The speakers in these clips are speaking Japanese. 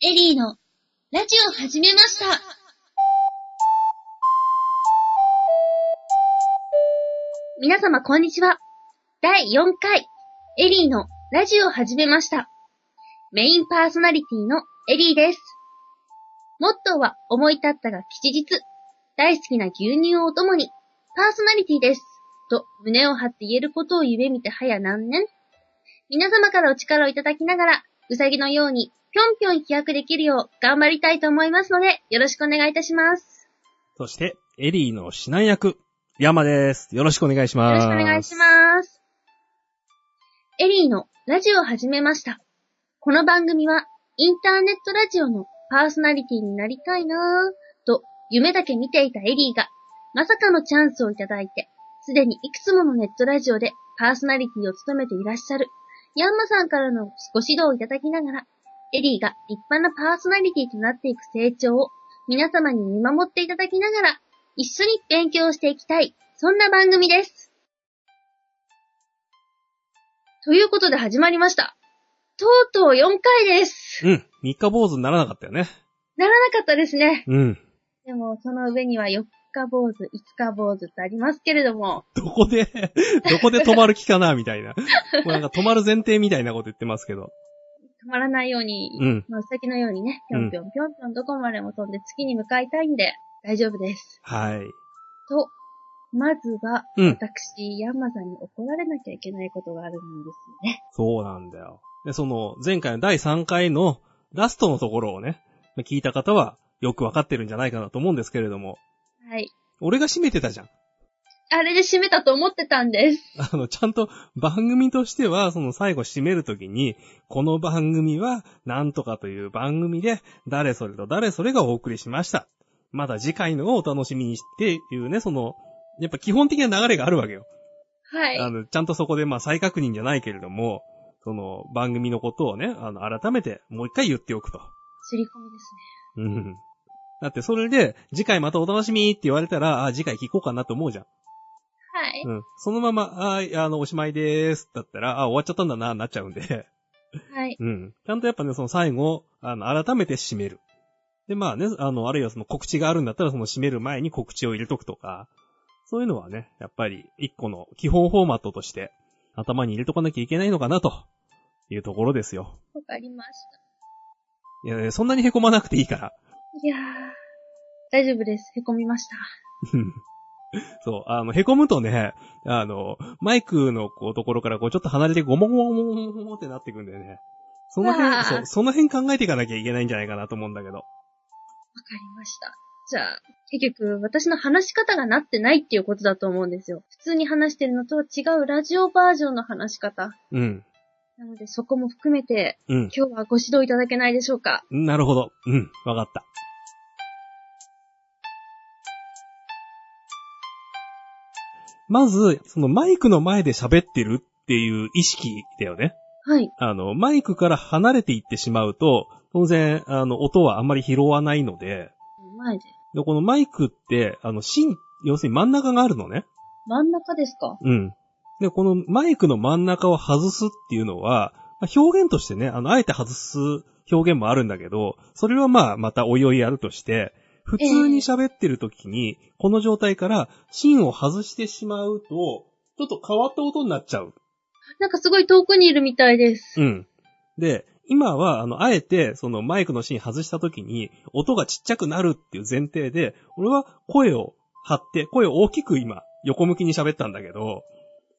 エリーのラジオ始めました。皆様こんにちは。第4回、エリーのラジオ始めました。メインパーソナリティのエリーです。モットーは思い立ったが吉日。大好きな牛乳をお供に、パーソナリティです。と胸を張って言えることを夢見て早何年皆様からお力をいただきながら、うさぎのようにぴょんぴょん飛躍できるよう頑張りたいと思いますので、よろしくお願いいたします。そして、エリーの指南役、ヤマです。よろしくお願いしよまろす。しくお願いします。エリーのラジオを始めました。この番組はインターネットラジオのパーソナリティになりたいなぁと夢だけ見ていたエリーがまさかのチャンスをいただいてすでにいくつものネットラジオでパーソナリティを務めていらっしゃるヤンマさんからのご指導をいただきながらエリーが立派なパーソナリティとなっていく成長を皆様に見守っていただきながら一緒に勉強していきたいそんな番組です。ということで始まりました。とうとう4回です。うん。三日坊主にならなかったよね。ならなかったですね。うん。でも、その上には4日坊主、5日坊主とありますけれども。どこで、 どこで止まる気かな、み たいな。もうなんか止まる前提みたいなこと言ってますけど。止まらないように、うん。まあ、先のようにね、ぴょんぴょんぴょんぴょんどこまでも飛んで月に向かいたいんで、大丈夫です。はい。と、まずは、うん。私、ヤンマさんに怒られなきゃいけないことがあるんですよね。そうなんだよ。で、その、前回の第3回のラストのところをね、聞いた方はよくわかってるんじゃないかなと思うんですけれども、はい。俺が締めてたじゃん。あれで締めたと思ってたんです。あの、ちゃんと番組としては、その最後締めるときに、この番組は、なんとかという番組で、誰それと誰それがお送りしました。まだ次回のをお楽しみにして、いうね、その、やっぱ基本的な流れがあるわけよ。はい。あの、ちゃんとそこで、まあ、再確認じゃないけれども、その、番組のことをね、あの、改めて、もう一回言っておくと。すり込みですね。うん。だって、それで、次回またお楽しみって言われたら、あ、次回聞こうかなと思うじゃん。はい。うん。そのまま、あーあの、おしまいでーす。だったら、あ、終わっちゃったんだな、なっちゃうんで。 はい。うん。ちゃんとやっぱね、その最後、あの、改めて締める。で、まあね、あの、あるいはその告知があるんだったら、その締める前に告知を入れとくとか、そういうのはね、やっぱり、一個の基本フォーマットとして、頭に入れとかなきゃいけないのかな、というところですよ。わかりましいやね、そんなに凹まなくていいから。た。いやー、大丈夫です。凹みました。うんそう、あの、凹むとね、あの、マイクのこうところからこうちょっと離れてゴモゴモゴモゴモゴモってなってくんだよね。そのあー辺、そう、その辺考えていかなきゃいけないんじゃないかなと思うんだけど。わかりました。じゃあ、結局、私の話し方がなってないっていうことだと思うんですよ。普通に話してるのとは違うラジオバージョンの話し方。うん。なので、そこも含めて、うん。今日はご指導いただけないでしょうか。なるほど。うん。わかった。まず、そのマイクの前で喋ってるっていう意識だよね。はい。あの、マイクから離れていってしまうと、当然、あの、音はあんまり拾わないので、前で。で、このマイクって、あの、芯、要するに真ん中があるのね。真ん中ですかうん。で、このマイクの真ん中を外すっていうのは、まあ表現としてね、あの、あえて外す表現もあるんだけど、それはまあ、またおいおいやるとして、普通に喋ってる時に、この状態から芯を外してしまうと、ちょっと変わった音になっちゃう。なんかすごい遠くにいるみたいです。うん。で、今は、あの、あえて、そのマイクの芯外した時に、音がちっちゃくなるっていう前提で、俺は声を張って、声を大きく今、横向きに喋ったんだけど、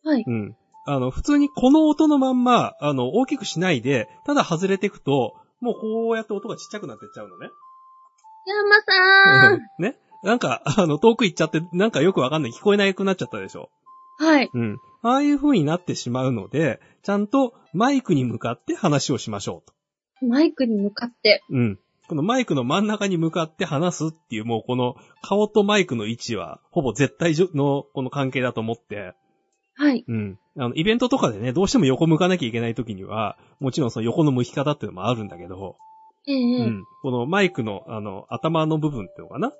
はい。うん。あの、普通にこの音のまんま、あの、大きくしないで、ただ外れていくと、もうこうやって音がちっちゃくなってっちゃうのね。ヤンマさーんね。なんか、あの、遠く行っちゃって、なんかよくわかんない。聞こえなくなっちゃったでしょ。はい。うん。ああいう風になってしまうので、ちゃんとマイクに向かって話をしましょうと。マイクに向かって。うん。このマイクの真ん中に向かって話すっていう、もうこの顔とマイクの位置は、ほぼ絶対じょの、この関係だと思って、はい。うん。あの、イベントとかでね、どうしても横向かなきゃいけない時には、もちろんその横の向き方っていうのもあるんだけど、ええうええん。このマイクの、あの、頭の部分っていうのかな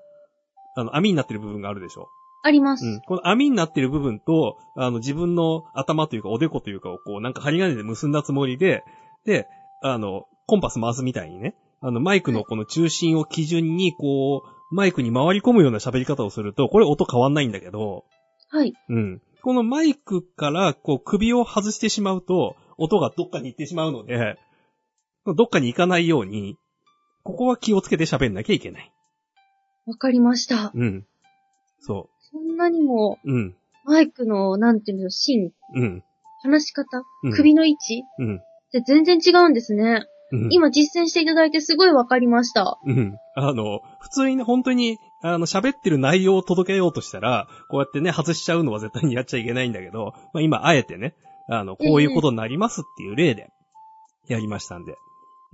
あの、網になってる部分があるでしょ。あります。うん。この網になってる部分と、あの、自分の頭というかおでこというかをこう、なんか針金で結んだつもりで、で、あの、コンパス回すみたいにね、あの、マイクのこの中心を基準に、こう、マイクに回り込むような喋り方をすると、これ音変わんないんだけど、はい。うん。このマイクから、こう、首を外してしまうと、音がどっかに行ってしまうので、どっかに行かないように、ここは気をつけて喋んなきゃいけない。わかりました。うん。そそんなにも、う。うん。マイクの、なんていうの、芯、うん。話し方、うん首の位置っうん。て全然違うんですね。うん。今実践していただいてすごいわかりました。うん。あの、普通にね、本当に、あの、喋ってる内容を届けようとしたら、こうやってね、外しちゃうのは絶対にやっちゃいけないんだけど、まあ今、あえてね、あの、こういうことになりますっていう例で、やりましたんで。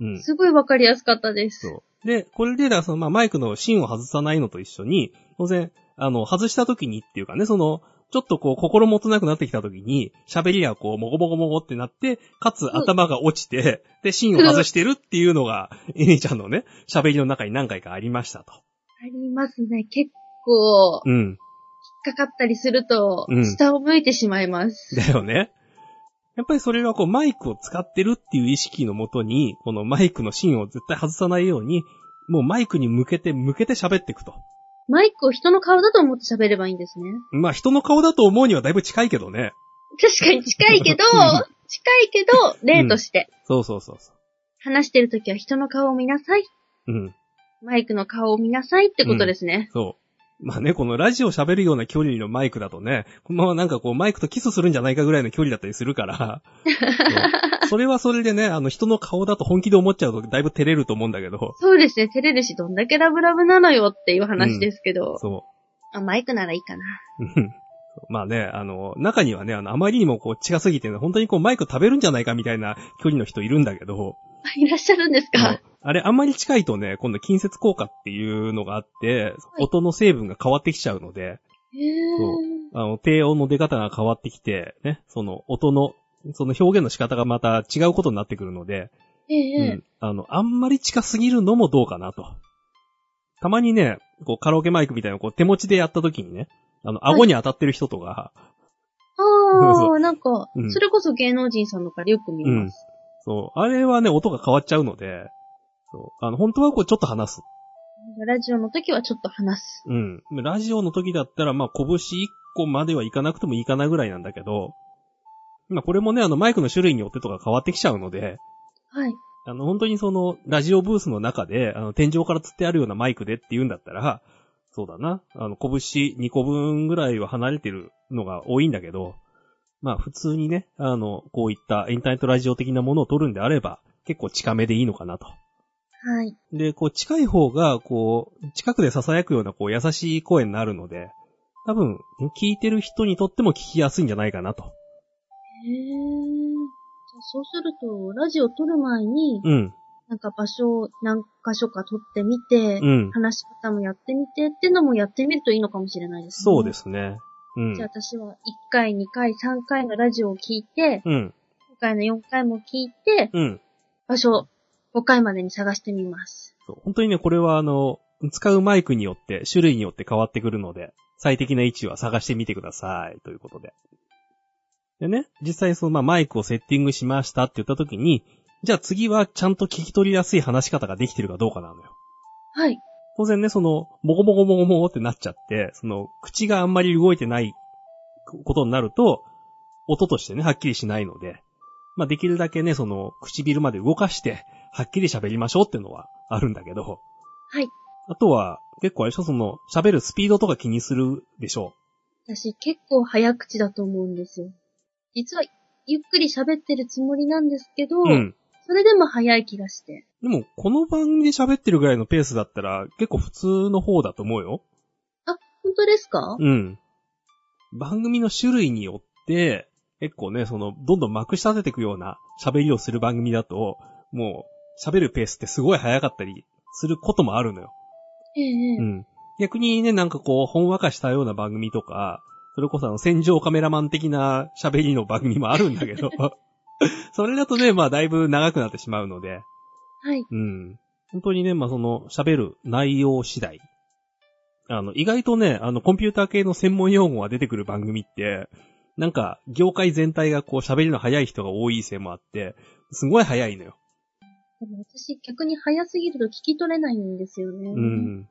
うん。すごいわかりやすかったです。そう。で、これで、だからその、まあ、マイクの芯を外さないのと一緒に、当然、あの、外した時にっていうかね、その、ちょっとこう、心もとなくなってきた時に、喋りがこう、もごもごもごってなって、かつ頭が落ちて、で、芯を外してるっていうのが、エニちゃんのね、喋りの中に何回かありましたと。ありますね。結構、うん。引っかかったりするとうん、下を向いてしまいます。だよね。やっぱりそれはこう、マイクを使ってるっていう意識のもとに、このマイクの芯を絶対外さないように、もうマイクに向けて、向けて喋っていくと。マイクを人の顔だと思って喋ればいいんですね。まあ、人の顔だと思うにはだいぶ近いけどね。確かに近いけど、 うん近いけど、例として、そうそうそうそ話してるときは人の顔を見なさい。う。うん。マイクの顔を見なさいってことですね。そう。まあね、このラジオ喋るような距離のマイクだとね、このままなんかこうマイクとキスするんじゃないかぐらいの距離だったりするから、そうそれはそれでね、あの人の顔だと本気で思っちゃうとだいぶ照れると思うんだけど、そうですね。照れるし、どんだけラブラブなのよっていう話ですけど。そあマイクならいいかな。う。うんまあね、あの、中にはね、あの、あまりにもこう近すぎてね、本当にこうマイク食べるんじゃないかみたいな距離の人いるんだけど、あいらっしゃるんですあのかあれ、あんまり近いとね、今度近接効果っていうのがあって、い音の成分が変わってきちゃうので、へーそうあの、低音の出方が変わってきて、ね、その音の、その表現の仕方がまた違うことになってくるので、ええうん。あの、あんまり近すぎるのもどうかなと。たまにね、こうカラオケマイクみたいなのをこう手持ちでやった時にね、あの、はい顎に当たってる人とか、あそあ、なんかう、んそれこそ芸能人さんのからよく見ます。そう、あれはね、音が変わっちゃうので、そう、あの、本当はこうちょっと話す。ラジオの時はちょっと話す。うん。ラジオの時だったら、まあ、拳1個まではいかなくてもいいかなぐらいなんだけど、まあ、これもね、あの、マイクの種類によってとか変わってきちゃうので、はい。あの、本当にその、ラジオブースの中で、あの、天井から吊ってあるようなマイクでって言うんだったら、そうだな、あの、拳2個分ぐらいは離れてるのが多いんだけど、まあ普通にね、あの、こういったインターネットラジオ的なものを撮るんであれば、結構近めでいいのかなと。はい。で、こう近い方が、こう、近くで囁くような、こう、優しい声になるので、多分、聞いてる人にとっても聞きやすいんじゃないかなと。へえ。じゃあそうすると、ラジオ撮る前に、うん、なんか場所を何箇所か撮ってみてう、ん。話し方もやってみてってのもやってみるといいのかもしれないですね。そうで。すね。うんじゃあ。私は1回、2回、3回のラジオを聞いて、うん、今回の4回も聞いて、うん。場所5回までに探してみます。そう本当にね、これはあの、使うマイクによって、種類によって変わってくるので、最適な位置は探してみてください、ということで。でね、実際その、まあ、マイクをセッティングしましたって言った時に、じゃあ次はちゃんと聞き取りやすい話し方ができてるかどうかなのよ。はい。当然ね、その、もごもごもごもごってなっちゃって、その、口があんまり動いてないことになると、音としてね、はっきりしないので、まあ、できるだけね、その、唇まで動かして、はっきり喋りましょうっていうのはあるんだけど、はい。あとは、結構あれでしょ、その、喋るスピードとか気にするでしょ私結構早口だと思うんですよ。実はゆっくり喋ってるつもりなんですけど、う。ん。それでも早い気がして。でも、この番組で喋ってるぐらいのペースだったら、結構普通の方だと思うよ。本当ですか、うん。番組の種類によって、結構ね、その、どんどんまくし立てていくような喋りをする番組だと、もう、喋るペースってすごい早かったりすることもあるのよ。ええう。ん。逆にね、なんかこう、ほんわかしたような番組とか、それこそあの、戦場カメラマン的な喋りの番組もあるんだけ ど、それだとね、まあだいぶ長くなってしまうので、はい。うん。本当にね、まあその、喋る内容次第。あの、意外とね、あの、コンピューター系の専門用語が出てくる番組って、なんか、業界全体がこう、喋りの早い人が多いせいもあって、すごい早いのよ。でも私逆に早すぎると聞き取れないんですよね。うん。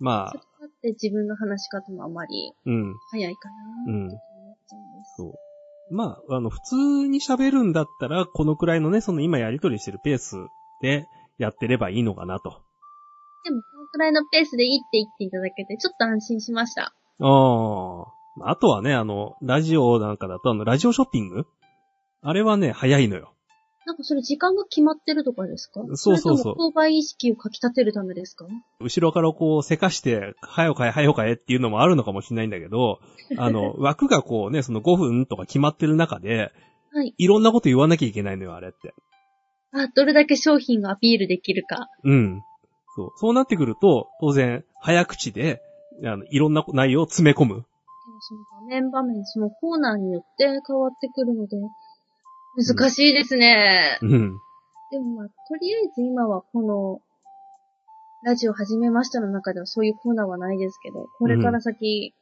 まそれあ、があって自分の話し方もあまりうん。早いかうな。んって思っちゃうんです。そう。まあ、あの、普通に喋るんだったら、このくらいのね、その今やりとりしてるペースでやってればいいのかなと。でも、このくらいのペースでいいって言っていただけて、ちょっと安心しました。ああ。まああとはね、あの、ラジオなんかだと、あの、ラジオショッピングあれはね、早いのよ。なんかそれ時間が決まってるとかですかそうそうそうれとも購買意識をかき立てるためですか後ろからこう、せかして、早かえ早かえっていうのもあるのかもしれないんだけ ど、あの、枠がこうね、その5分とか決まってる中で、はい。いろんなこと言わなきゃいけないのよ、あれって。あ、どれだけ商品がアピールできるか。うん。そう。そうなってくると、当然、早口で、あの、いろんな内容を詰め込む。でもその場面場面、そのコーナーによって変わってくるので、難しいですね。うん。でもまあ、とりあえず今はこの、ラジオ始めましたの中ではそういうコーナーはないですけど、これから先、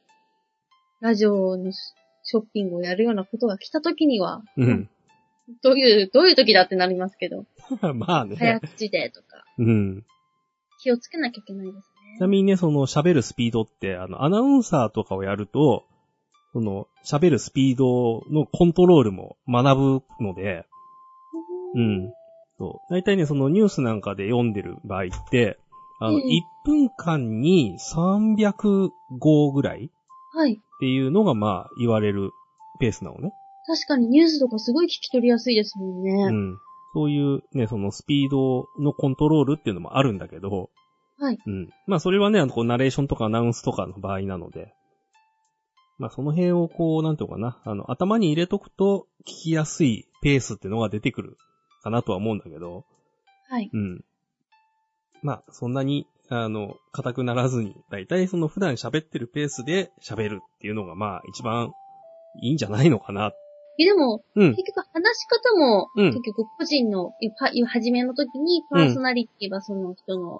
ラジオのショッピングをやるようなことが来た時には、うん。どういう、どういう時だってなりますけど、 まあ早ね。口でと か、うん。気をつけなきゃいけないですちなね。みにね、その喋るスピードって、あの、アナウンサーとかをやると、その、喋るスピードのコントロールも学ぶので、うん。そう。大体ね、そのニュースなんかで読んでる場合って、あの、う1ん分間に300号ぐらいはい。っていうのが、まあ、言われるペースなのね。確かにニュースとかすごい聞き取りやすいですもんね。うん。そういうね、そのスピードのコントロールっていうのもあるんだけど、はい。うん。まあそれはね、あの、こうナレーションとかアナウンスとかの場合なので、まあその辺をこう、なんていうのかな、あの、頭に入れとくと聞きやすいペースっていうのが出てくるかなとは思うんだけど、はい。うん。まあそんなに、あの、硬くならずに、だいたいその普段喋ってるペースで喋るっていうのがまあ一番いいんじゃないのかな。えでも、うん。結局話し方も、うん結局個人の、は始めの時にパーソナリティはその人の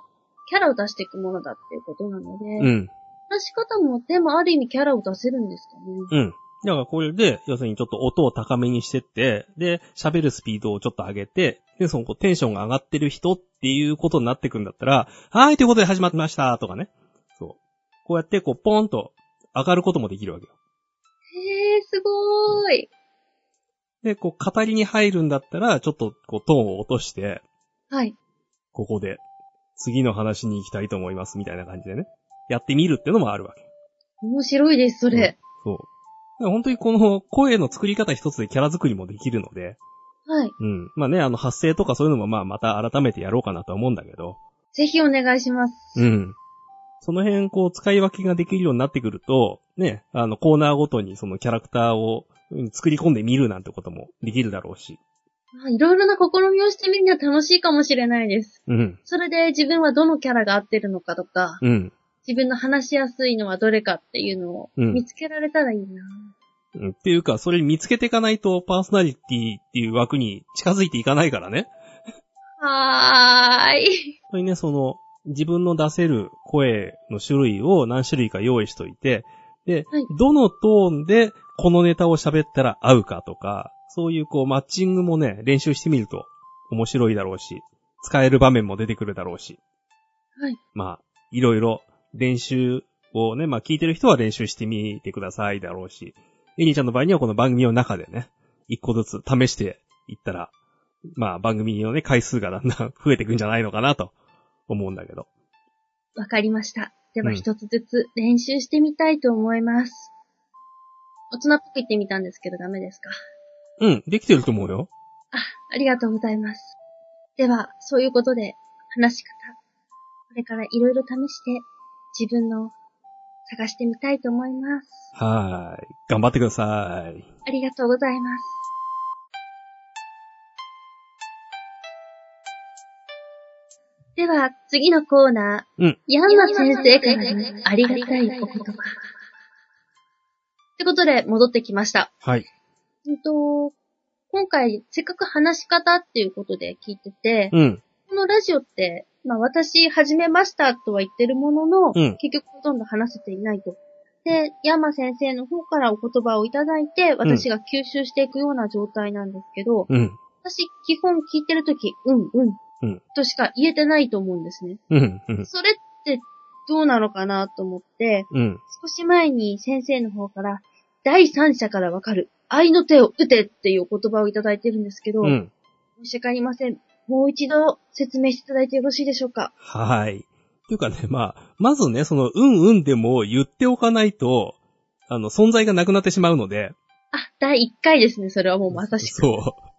キャラを出していくものだっていうことなので、うん。話し方も、でもある意味キャラを出せるんですかね。うん。だからこれで、要するにちょっと音を高めにしてって、で、喋るスピードをちょっと上げて、で、そのこうテンションが上がってる人っていうことになってくんだったら、はい、ということで始まってました、とかね。そう。こうやって、こう、ポンと上がることもできるわけよ。へえ、すごーい。で、こう、語りに入るんだったら、ちょっと、こう、トーンを落として、はい。ここで、次の話に行きたいと思います、みたいな感じでね。やってみるってのもあるわけ。面白いです、それ。そう。だから本当にこの声の作り方一つでキャラ作りもできるので、はい。うん。まあね、あの、発声とかそういうのもまあ、また改めてやろうかなとは思うんだけど。ぜひお願いします。うん。その辺、こう、使い分けができるようになってくると、ね、あの、コーナーごとにそのキャラクターをうん作り込んでみるなんてこともできるだろうし。あいろいろな試みをしてみるのは楽しいかもしれないです。うん。それで自分はどのキャラが合ってるのかとか、うん。自分の話しやすいのはどれかっていうのをうん見つけられたらいいな。うんっていうか、それ見つけていかないと、パーソナリティっていう枠に近づいていかないからね。はーい。本当にね、その、自分の出せる声の種類を何種類か用意しといて、で、はいどのトーンでこのネタを喋ったら合うかとか、そういうこうマッチングもね、練習してみると面白いだろうし、使える場面も出てくるだろうし、はい。まあ、いろいろ練習をね、まあ聞いてる人は練習してみてくださいだろうし、エリーちゃんの場合にはこの番組の中でね、一個ずつ試していったら、まあ番組のね、回数がだんだん増えていくんじゃないのかなと思うんだけど。わかりました。でうはん一つずつ練習してみたいと思います。大人っぽく言ってみたんですけどダメですかうん、できてると思うよ。ありがとうございます。では、そういうことで、話し方、これからいろいろ試して、自分の探してみたいと思います。はーい。頑張ってください。ありがとうございます。では、次のコーナー。うんヤンマ先生からのありがたいお言葉。ってことで、戻ってきました。はい。うんと、今回、せっかく話し方っていうことで聞いてて、うん。このラジオって、まあ私始めましたとは言ってるものの、うん結局ほとんど話せていないと。で、山先生の方からお言葉をいただいて、私が吸収していくような状態なんですけど、うん。私基本聞いてるとき、うんうんうんとしか言えてないと思うんですね。うん、うん、それってどうなのかなと思って、うん。少し前に先生の方から、第三者からわかる、愛の手を打てっていうお言葉をいただいてるんですけど、うん。申し訳ありません。もう一度説明していただいてよろしいでしょうか。はい。っていうかね、まあ、まずね、その、うんうんでも言っておかないと、あの、存在がなくなってしまうので、あ、第1回ですね。それはもうまさしく。そう。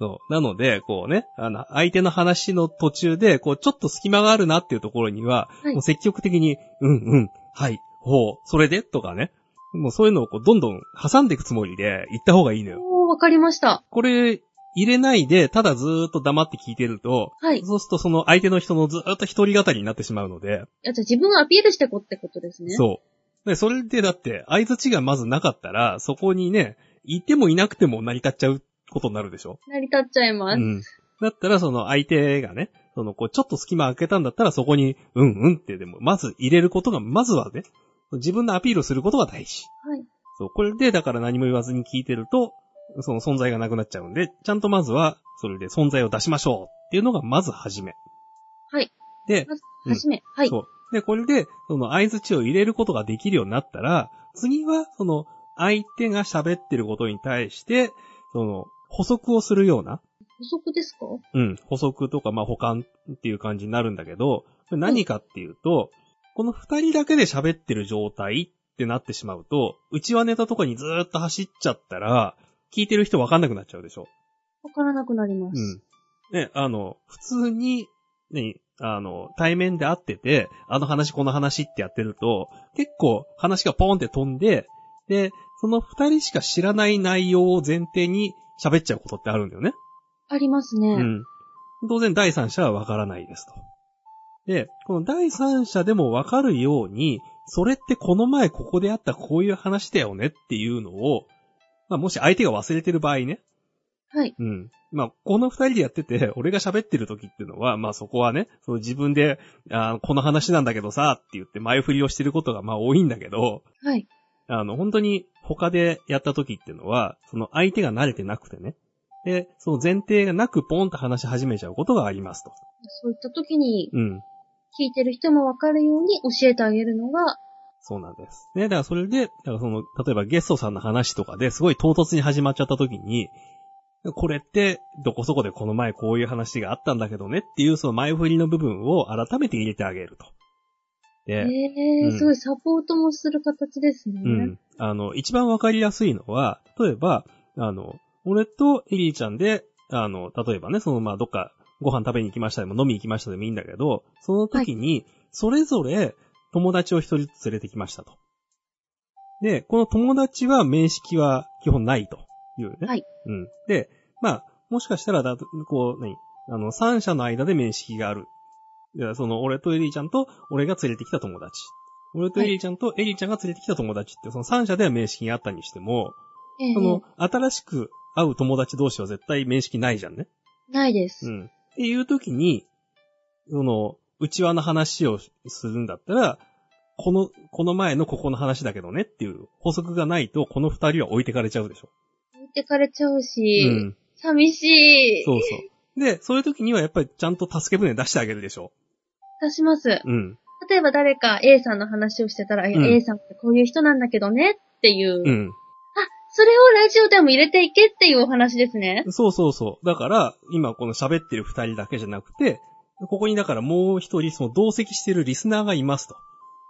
そう。なので、こうね、あの、相手の話の途中で、こう、ちょっと隙間があるなっていうところには、はいもう積極的に、うんうん、はい、ほう、それでとかね。もうそういうのをこう、どんどん挟んでいくつもりで、言った方がいいのよ。おー、わかりました。これ、入れないで、ただずーっと黙って聞いてると、はい。そうするとその相手の人のずーっと一人語りになってしまうので、あじゃあ自分をアピールしてこってことですね。そう。で、それでだって、相槌がまずなかったら、そこにね、いてもいなくても成り立っちゃうことになるでしょ成り立っちゃいます。うん。だったら、その相手がね、その、こう、ちょっと隙間開けたんだったら、そこに、うんうんって、でも、まず入れることが、まずはね、自分のアピールすることが大事。はい。そう、これで、だから何も言わずに聞いてると、その存在がなくなっちゃうんで、ちゃんとまずは、それで存在を出しましょうっていうのが、まず始め。はい。で、まず、うんはじめ。はい。そう。で、これで、その合図値を入れることができるようになったら、次は、その、相手が喋ってることに対して、その、補足をするような、補足ですかうん、補足とか、まあ、補完っていう感じになるんだけど、これ何かっていうと、この二人だけで喋ってる状態ってなってしまうと、うちはネタとかにずーっと走っちゃったら、聞いてる人わかんなくなっちゃうでしょ。わからなくなりまうすん。。ね、あの、普通に、ね、あの、対面で会ってて、あの話この話ってやってると、結構話がポーンって飛んで、で、その二人しか知らない内容を前提に喋っちゃうことってあるんだよね。ありますね。うん。当然第三者はわからないですと。で、この第三者でもわかるように、それってこの前ここであったこういう話だよねっていうのを、まあもし相手が忘れてる場合ね。はい。うん。まあ、この二人でやってて、俺が喋ってる時っていうのは、まあそこはね、その自分で、あーこの話なんだけどさ、って言って前振りをしてることがまあ多いんだけど、はい。あの、本当に他でやった時っていうのは、その相手が慣れてなくてね。で、その前提がなくポンと話し始めちゃうことがありますと。そういった時に、うん。聞いてる人もわかるように教えてあげるのが、そうなんです。ね、だからそれで、だからその、例えばゲストさんの話とかですごい唐突に始まっちゃった時に、これって、どこそこでこの前こういう話があったんだけどねっていうその前振りの部分を改めて入れてあげると。えで、えうんすごいサポートもする形ですね。うん。あの、一番わかりやすいのは、例えば、あの、俺とエリーちゃんで、あの、例えばね、その、まあ、どっかご飯食べに行きましたでも飲みに行きましたでもいいんだけど、その時に、それぞれ友達を一人ずつ連れてきましたと。で、この友達は面識は基本ないというね。はい。うん。で、まあ、もしかしたらだ、こう、何あの、三者の間で面識がある。でその、俺とエリーちゃんと、俺が連れてきた友達。俺とエリーちゃんと、エリーちゃんが連れてきた友達って、その三者では面識があったにしても、ええその、新しく会う友達同士は絶対面識ないじゃんね。ないです。うん。っていう時に、その、内輪の話をするんだったら、この、この前のここの話だけどねっていう補足がないと、この二人は置いてかれちゃうでしょ。置いてかれちゃうし、うん。寂しい。そうそう。で、そういう時にはやっぱりちゃんと助け舟出してあげるでしょ。出します。うん。例えば誰か A さんの話をしてたら、いやうん A さんってこういう人なんだけどねっていう、うん。それをラジオでも入れていけっていうお話ですね。そうそうそう。だから、今この喋ってる二人だけじゃなくて、ここにだからもう一人、その同席してるリスナーがいますと。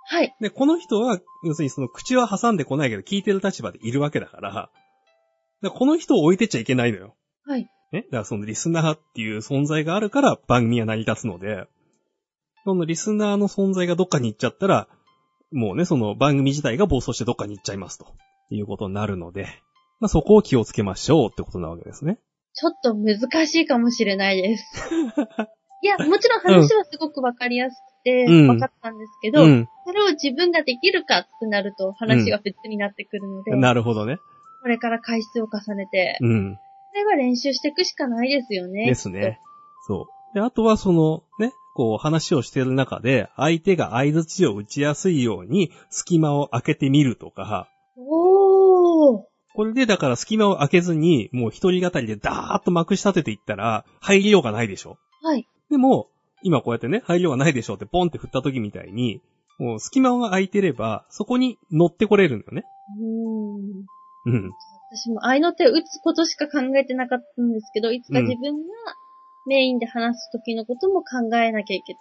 はい。で、この人は、要するにその口は挟んでこないけど聞いてる立場でいるわけだから、でこの人を置いてっちゃいけないのよ。はい。ね。だからそのリスナーっていう存在があるから番組が成り立つので、そのリスナーの存在がどっかに行っちゃったら、もうね、その番組自体が暴走してどっかに行っちゃいますということになるので、まあそこを気をつけましょうってことなわけですね。ちょっと難しいかもしれない です。いや、もちろん話はすごくわかりやすくて、うんわかったんですけど、ん。それを自分ができるかってなると話が別になってくるので、なるほどね。これから回数を重ねて、うん。それは練習していくしかないですよね。ですね。そう。で、あとはその、ね、こう話をしてる中で、相手が相槌を打ちやすいように隙間を開けてみるとか、おー。これでだから隙間を開けずに、もう一人語りでダーッとまくし立てていったら、入りようがないでしょ。はい。でも、今こうやってね、配慮はないでしょうってポンって振った時みたいに、もう隙間が空いてれば、そこに乗ってこれるんだよね。うん。うん。私も愛の手を打つことしか考えてなかったんですけど、いつかうん自分がメインで話す時のことも考えなきゃいけない。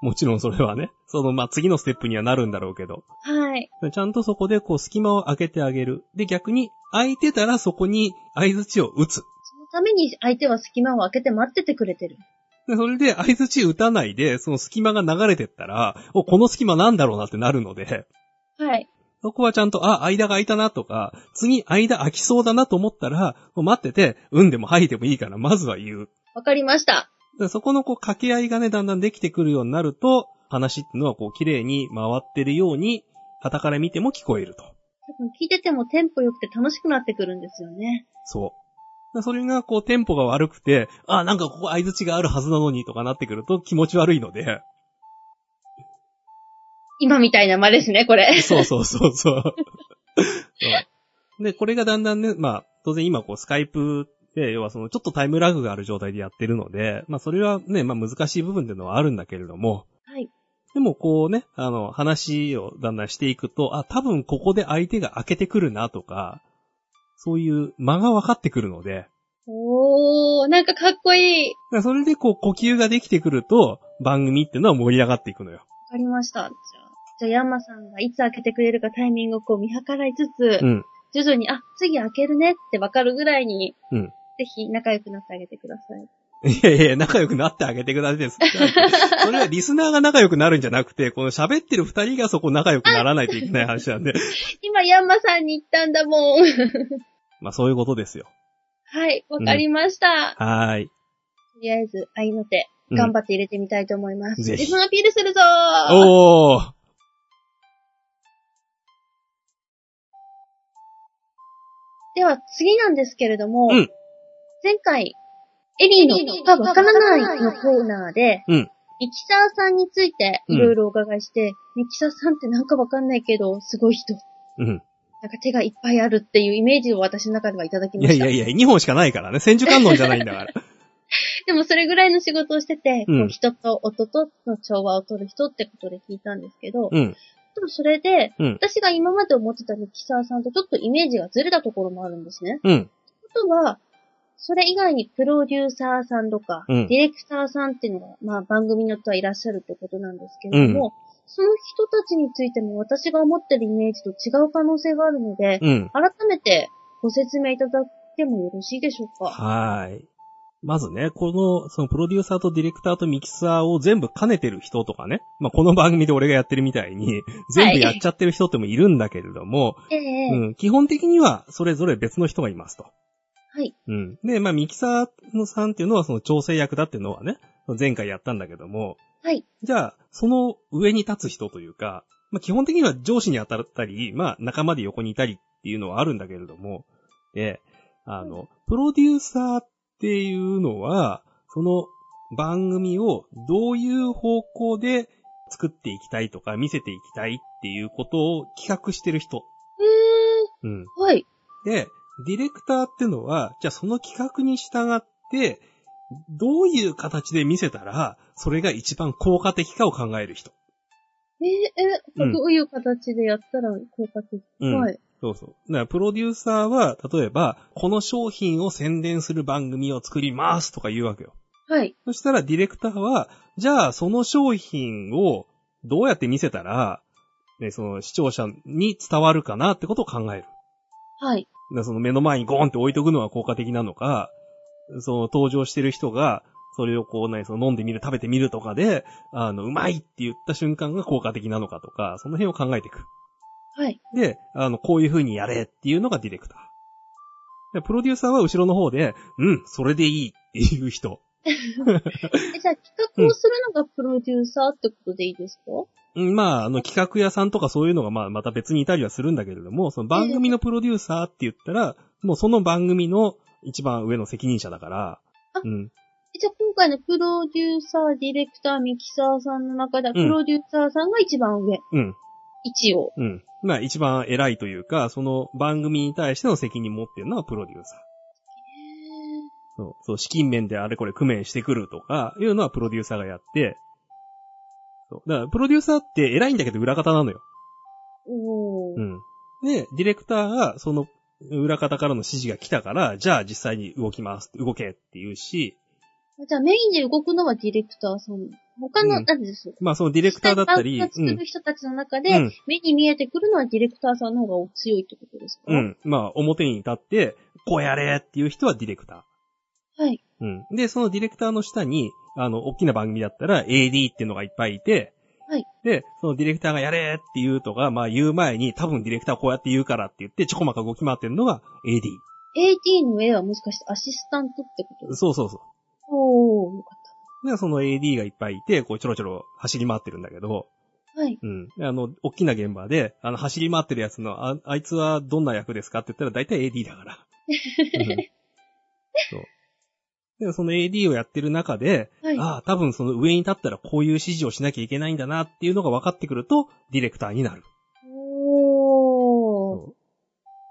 もちろんそれはね、その、まあ、次のステップにはなるんだろうけど。はい。ちゃんとそこでこう隙間を開けてあげる。で、逆に空いてたらそこに合図値を打つ。そのために相手は隙間を空けて待っててくれてる。で、それで合図値打たないで、その隙間が流れてったら、お、この隙間なんだろうなってなるので、はい。そこはちゃんと、あ、間が空いたなとか、次間空きそうだなと思ったら、もう待ってて、うんでも吐いてもいいから、まずは言う。わかりました。でそこのこう掛け合いがね、だんだんできてくるようになると、話ってのはこう綺麗に回ってるように、旗から見ても聞こえると。多分聞いててもテンポ良くて楽しくなってくるんですよね。そう。だそれが、こう、テンポが悪くて、あ、なんかここ合図があるはずなのにとかなってくると気持ち悪いので。今みたいな間ですね、これ。そうそうそうそう。そうで、これがだんだんね、まあ、当然今こう、スカイプで、要はその、ちょっとタイムラグがある状態でやってるので、まあ、それはね、まあ、難しい部分っていうのはあるんだけれども、はい。でもこうね、あの、話をだんだんしていくと、あ、多分ここで相手が開けてくるなとか、そういう間が分かってくるので、おー、なんかかっこいい。だからそれでこう呼吸ができてくると、番組っていうのは盛り上がっていくのよ。わかりました。じゃあ、じゃあヤンマさんがいつ開けてくれるかタイミングをこう見計らいつつ、うん。徐々に、あ、次開けるねってわかるぐらいに、うんぜひ仲良くなってあげてください。いやいや、仲良くなってあげてください です。それはリスナーが仲良くなるんじゃなくて、この喋ってる二人がそこ仲良くならないといけない話 なんで。今、ヤンマさんに言ったんだもん。 まあそういうことですよ。はい、わかりました。はーい。とりあえず、愛の手、うん頑張って入れてみたいと思います。ぜひ自分アピールするぞーおーでは、次なんですけれども、うん前回、エリーのがわからないのコーナーで、うんミキサーさんについていろいろお伺いして、ミキサーさんってなんかわかんないけど、すごい人。うん。なんか手がいっぱいあるっていうイメージを私の中ではいただきいまやしいた。やいや、2本しかないからね。千手観音じゃないんだから。でもそれぐらいの仕事をしてて、うんこう人と音との調和を取る人ってことで聞いたんですけど、 うん。でもそれで、うん。私が今まで思ってたミキサーさんとちょっとイメージがずれたところもあるんですね。うん。あとは、それ以外にプロデューサーさんとか、うんディレクターさんっていうのが、まあ番組の人はいらっしゃるってことなんですけれども、その人たちについても私が思ってるイメージと違う可能性があるので、うん。改めてご説明いただいてもよろしいでしょうか。はーい。まずね、この、そのプロデューサーとディレクターとミキサーを全部兼ねてる人とかね、まあ、この番組で俺がやってるみたいに、全部やっちゃってる人ってもいるんだけれども、ええうん、基本的にはそれぞれ別の人がいますと。はい。うん。で、まあ、ミキサーのさんっていうのはその調整役だっていうのはね、前回やったんだけども、はい。じゃあ、その上に立つ人というか、まあ、基本的には上司に当たったり、まあ、仲間で横にいたりっていうのはあるんだけれども、で、あの、プロデューサーっていうのは、その番組をどういう方向で作っていきたいとか見せていきたいっていうことを企画してる人。えうん。ー、はい。で、ディレクターってのは、じゃあその企画に従って、どういう形で見せたら、それが一番効果的かを考える人。えー、えーうんどういう形でやったら効果的、うん。はい。そうそう。だからプロデューサーは、例えば、この商品を宣伝する番組を作りますとか言うわけよ。はい。そしたらディレクターは、じゃあその商品をどうやって見せたら、ね、その視聴者に伝わるかなってことを考える。はい。だからその目の前にゴーンって置いとくのは効果的なのか、その登場してる人が、それをこうね、その飲んでみる、食べてみるとかで、あの、うまいって言った瞬間が効果的なのかとか、その辺を考えていく。はい。で、あの、こういう風にやれっていうのがディレクター。でプロデューサーは後ろの方で、うん、それでいいっていう人。えじゃあ企画をするのがプロデューサーってことでいいですか、うんまあ、あの、企画屋さんとかそういうのが、まあ、また別にいたりはするんだけれども、その番組のプロデューサーって言ったら、もうその番組の一番上の責任者だからあ、うん。じゃあ今回のプロデューサー、ディレクター、ミキサーさんの中では、うんプロデューサーさんが一番上。うん。一応。うん。まあ一番偉いというか、その番組に対しての責任持ってるのはプロデューサー。そう、そう、資金面であれこれ工面してくるとか、いうのはプロデューサーがやって、そう。だから、プロデューサーって偉いんだけど裏方なのよ。おー。うん。で、ディレクターが、その、裏方からの指示が来たから、じゃあ実際に動きます、動けって言うし、じゃあメインで動くのはディレクターさん。他の、うんなんですまあそのディレクターだったり、下にう作んる。人たちの中で、うん。目に見えてくるのはディレクターさんの方が強いってことですかうん。まあ、表に立って、こうやれっていう人はディレクタはい。ー。うん。で、そのディレクターの下に、あの、大きな番組だったら AD っていうのがいっぱいいて、はい。で、そのディレクターがやれっていうとか、まあ言う前に、多分ディレクターこうやって言うからって言って、ちょこまか動き回ってるのが AD。 AT の絵はもしかしてアシスタントってことですかそうそうそおー、よかっう。で、その AD がいっぱいいて、こうちょろちょろ走り回ってるんだけど、た。はい。うん。あの、大きな現場で、あの、走り回ってるやつの、あ、あいつはどんな役ですかって言ったら大体 AD だから。うんそう。で、その AD をやってる中で、はい。ああ、多分その上に立ったらこういう指示をしなきゃいけないんだなっていうのが分かってくると、ディレクターになる。おー。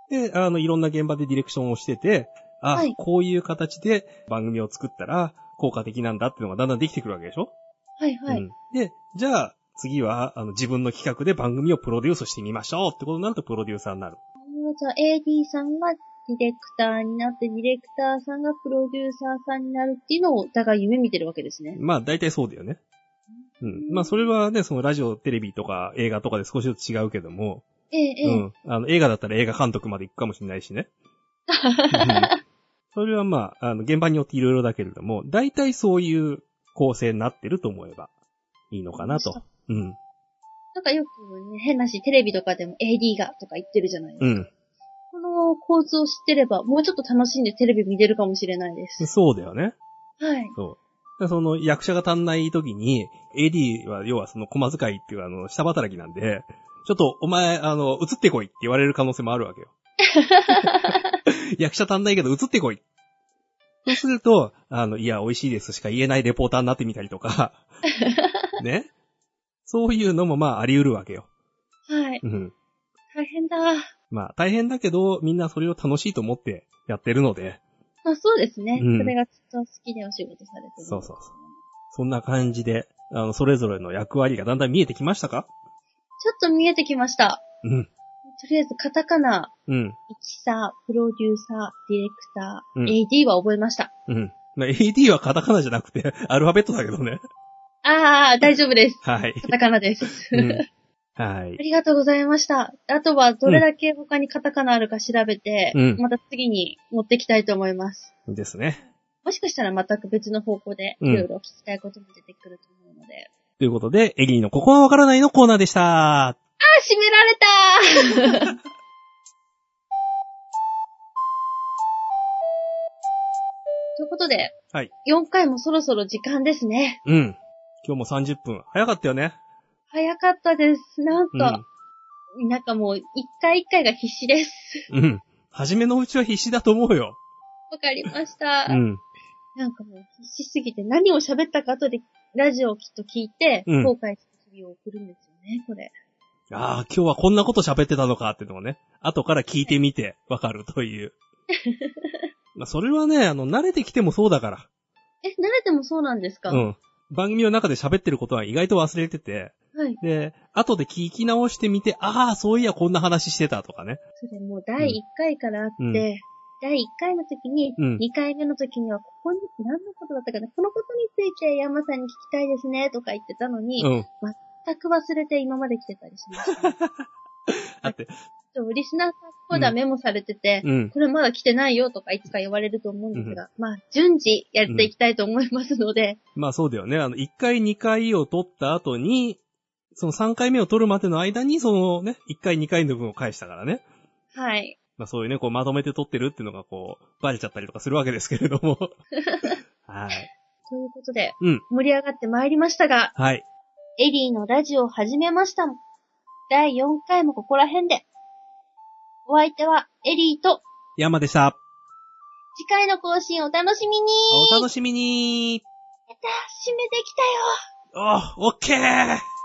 で、あの、いろんな現場でディレクションをしてて、ああ、はいこういう形で番組を作ったら効果的なんだっていうのがだんだんできてくるわけでしょはいはい。うんで、じゃあ、次は、あの、自分の企画で番組をプロデュースしてみましょうってことになるとプロデューサーになる。じゃあ AD さんがディレクターになって、ディレクターさんがプロデューサーさんになるっていうのを、お互い夢見てるわけですね。まあ、大体そうだよね。うん。まあ、それはね、そのラジオ、テレビとか映画とかで少しずつ違うけども、ええ、ええ。うん。あの、映画だったら映画監督まで行くかもしれない しね。うんそれはまあ、あの、現場によっていろいろだけれども、大体そういう構成になってると思えばいいのかなと。うん。なんかよくね、変なし、テレビとかでも AD がとか言ってるじゃないですか。うん。この構図を知ってれば、もうちょっと楽しんでテレビ見れるかもしれないです。そうだよね。はい。そう。でその役者が足んない時に、AD は要はその駒使いっていうあの、下働きなんで、ちょっとお前、あの、移ってこいって言われる可能性もあるわけよ。役者足んないけど移ってこい。そうすると、あの、いや、美味しいですしか言えないレポーターになってみたりとか、ね。そういうのもまああり得るわけよ。はい。うん。大変だ。まあ大変だけど、みんなそれを楽しいと思ってやってるので、まあそうですね。うんそれがきっと好きでお仕事されてる。そうそうそう。そんな感じで、あの、それぞれの役割がだんだん見えてきましたかちょっと見えてきました。うん。とりあえず、カタカナ、うん。イキサー、プロデューサー、ディレクター、うん AD は覚えました。うん。まあ AD はカタカナじゃなくて、 アルファベットだけどね。あー、大丈夫 です。はい。カタカナです。う あんはい。りがとうございました。あとは、どれだけ他にカタカナあるか調べて、うんまた次に持ってきたいと思います。ですね。もしかしたら全く別の方向で、うんいろいろ聞きたいことも出てくると思うので。ということで、エリーのここはわからないのコーナーでした。あ、閉められた ということで、はい4回もそろそろ時間ですね。うん。今日も30分。早かったよね。早かったです。なんうとん、。なんかもう、一回一回が必死です。うん。初めのうちは必死だと思うよ。わかりました。うん。なんかもう、必死すぎて、何を喋ったか後で、ラジオをきっと聞いて、うん後悔する日々を送るんですよね、これ。ああ、今日はこんなこと喋ってたのかっていうのもね、後から聞いてみてわかると いう。まあ、それはね、あの、慣れてきてもそうだか。え、慣れてもそうなんですからうん。番組の中で喋ってることは意外と忘れてて、はい。で、後で聞き直してみて、ああ、そういやこんな話してたとかね。それもう第1回からあって、うん第1回の時に、うん2回目の時には、ここに、何のことだったかな、このことについて山さんに聞きたいですね、とか言ってたのに、うん。全く忘れて今まで来てたりしました、だって、そうリスナーさんまだメモされてて、うん。これまだ来てないよとかいつか言われると思うんですが、まあ、順次やっていきたいと思いますので、まあそうだよね。あの、1回2回を取った後に、その3回目を取るまでの間に、そのね、1回2回の分を返したからね。はい。まあそういうね、こうまとめて取ってるっていうのがこう、バレちゃったりとかするわけですけれども。はい。ということで、うん盛り上がってまいりましたが、はい。エリーのラジオを始めましたもん。第4回もここら辺で。お相手はエリーと山でした。次回の更新をお楽しみにお楽しみにあ、締めてきたよお、オッケー